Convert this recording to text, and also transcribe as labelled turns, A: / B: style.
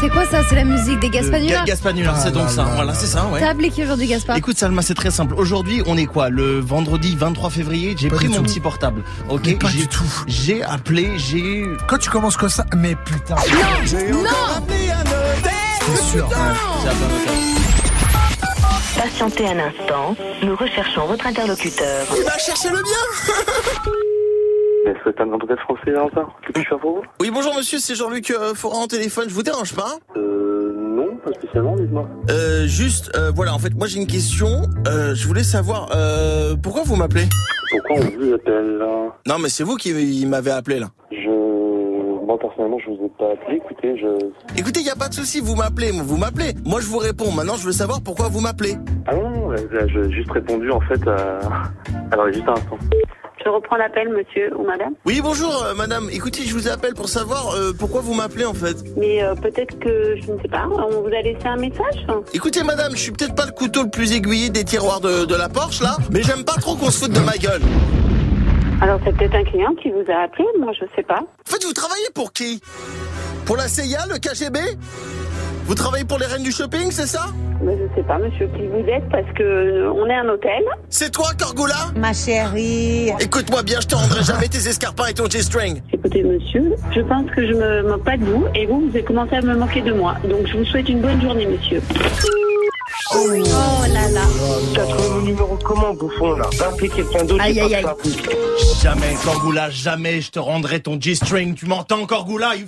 A: C'est quoi ça C'est la musique des Gaspagnula
B: Ga- Gaspagnula,
C: Ah
B: c'est donc ça. Voilà, c'est ça, ouais.
A: T'as appelé qui aujourd'hui, Gaspard
B: Écoute Salma, c'est très simple. Aujourd'hui, on est quoi Le vendredi 23 février, j'ai
C: Pas
B: pris
C: du
B: mon
C: tout.
B: petit portable. OK,
C: Mais pas
B: j'ai-
C: du tout.
B: J'ai appelé, j'ai
C: Quand tu commences comme ça, mais putain,
A: Non
C: t'es sûr.
B: j'ai appelé un hôtel.
D: Patientez un instant, nous recherchons votre interlocuteur.
E: Mais est-ce que t'as demandé d'être français là encore Que puis-je faire pour vous
F: Oui, bonjour monsieur, c'est Jean-Luc euh, Forin au téléphone, je vous dérange pas hein
E: Euh, non, pas spécialement, dites-moi.
F: euh, Juste, euh, voilà, en fait, moi j'ai une question, euh, je voulais savoir, euh, pourquoi vous m'appelez
E: Pourquoi on vous appelle hein
F: Non mais c'est vous qui m'avez appelé là.
E: Je... Moi, personnellement, je vous ai pas appelé, écoutez, je...
F: Écoutez, y a pas de souci, vous m'appelez, vous m'appelez. Moi je vous réponds, maintenant je veux savoir pourquoi vous m'appelez.
E: Ah non, non, là, là, j'ai juste répondu, en fait, à... Alors, juste un instant.
D: Je reprends l'appel, monsieur ou madame,
F: Oui, bonjour euh, madame, écoutez, je vous appelle pour savoir euh, pourquoi vous m'appelez en fait.
D: mais euh, peut-être que je ne sais pas, on vous a laissé un message
F: Écoutez madame, je suis peut-être pas le couteau le plus aiguillé des tiroirs de, de la Porsche là, mais j'aime pas trop qu'on se foute de ma gueule.
D: Alors c'est peut-être un client qui vous a appelé, moi je sais pas.
F: En fait, vous travaillez pour qui Pour la CIA, le KGB Vous travaillez pour les reines du shopping, c'est ça
D: Mais je sais pas, monsieur, qui vous êtes parce que euh, on est un hôtel.
F: C'est toi, Corgoula
G: Ma chérie.
F: Écoute-moi bien, je te rendrai jamais tes escarpins et ton G-string.
D: Écoutez, monsieur, je pense que je me moque pas de vous et vous, vous avez commencé à me moquer de moi. Donc je vous souhaite une bonne journée, monsieur.
A: Oh là là
H: T'as trouvé mon numéro comment, bouffon, là Va appeler quelqu'un d'autre,
A: Aïe,
H: j'ai
A: aïe,
H: pas
A: aïe.
H: ça.
B: Jamais, Corgoula, jamais je te rendrai ton G-string. Tu m'entends, Corgoula You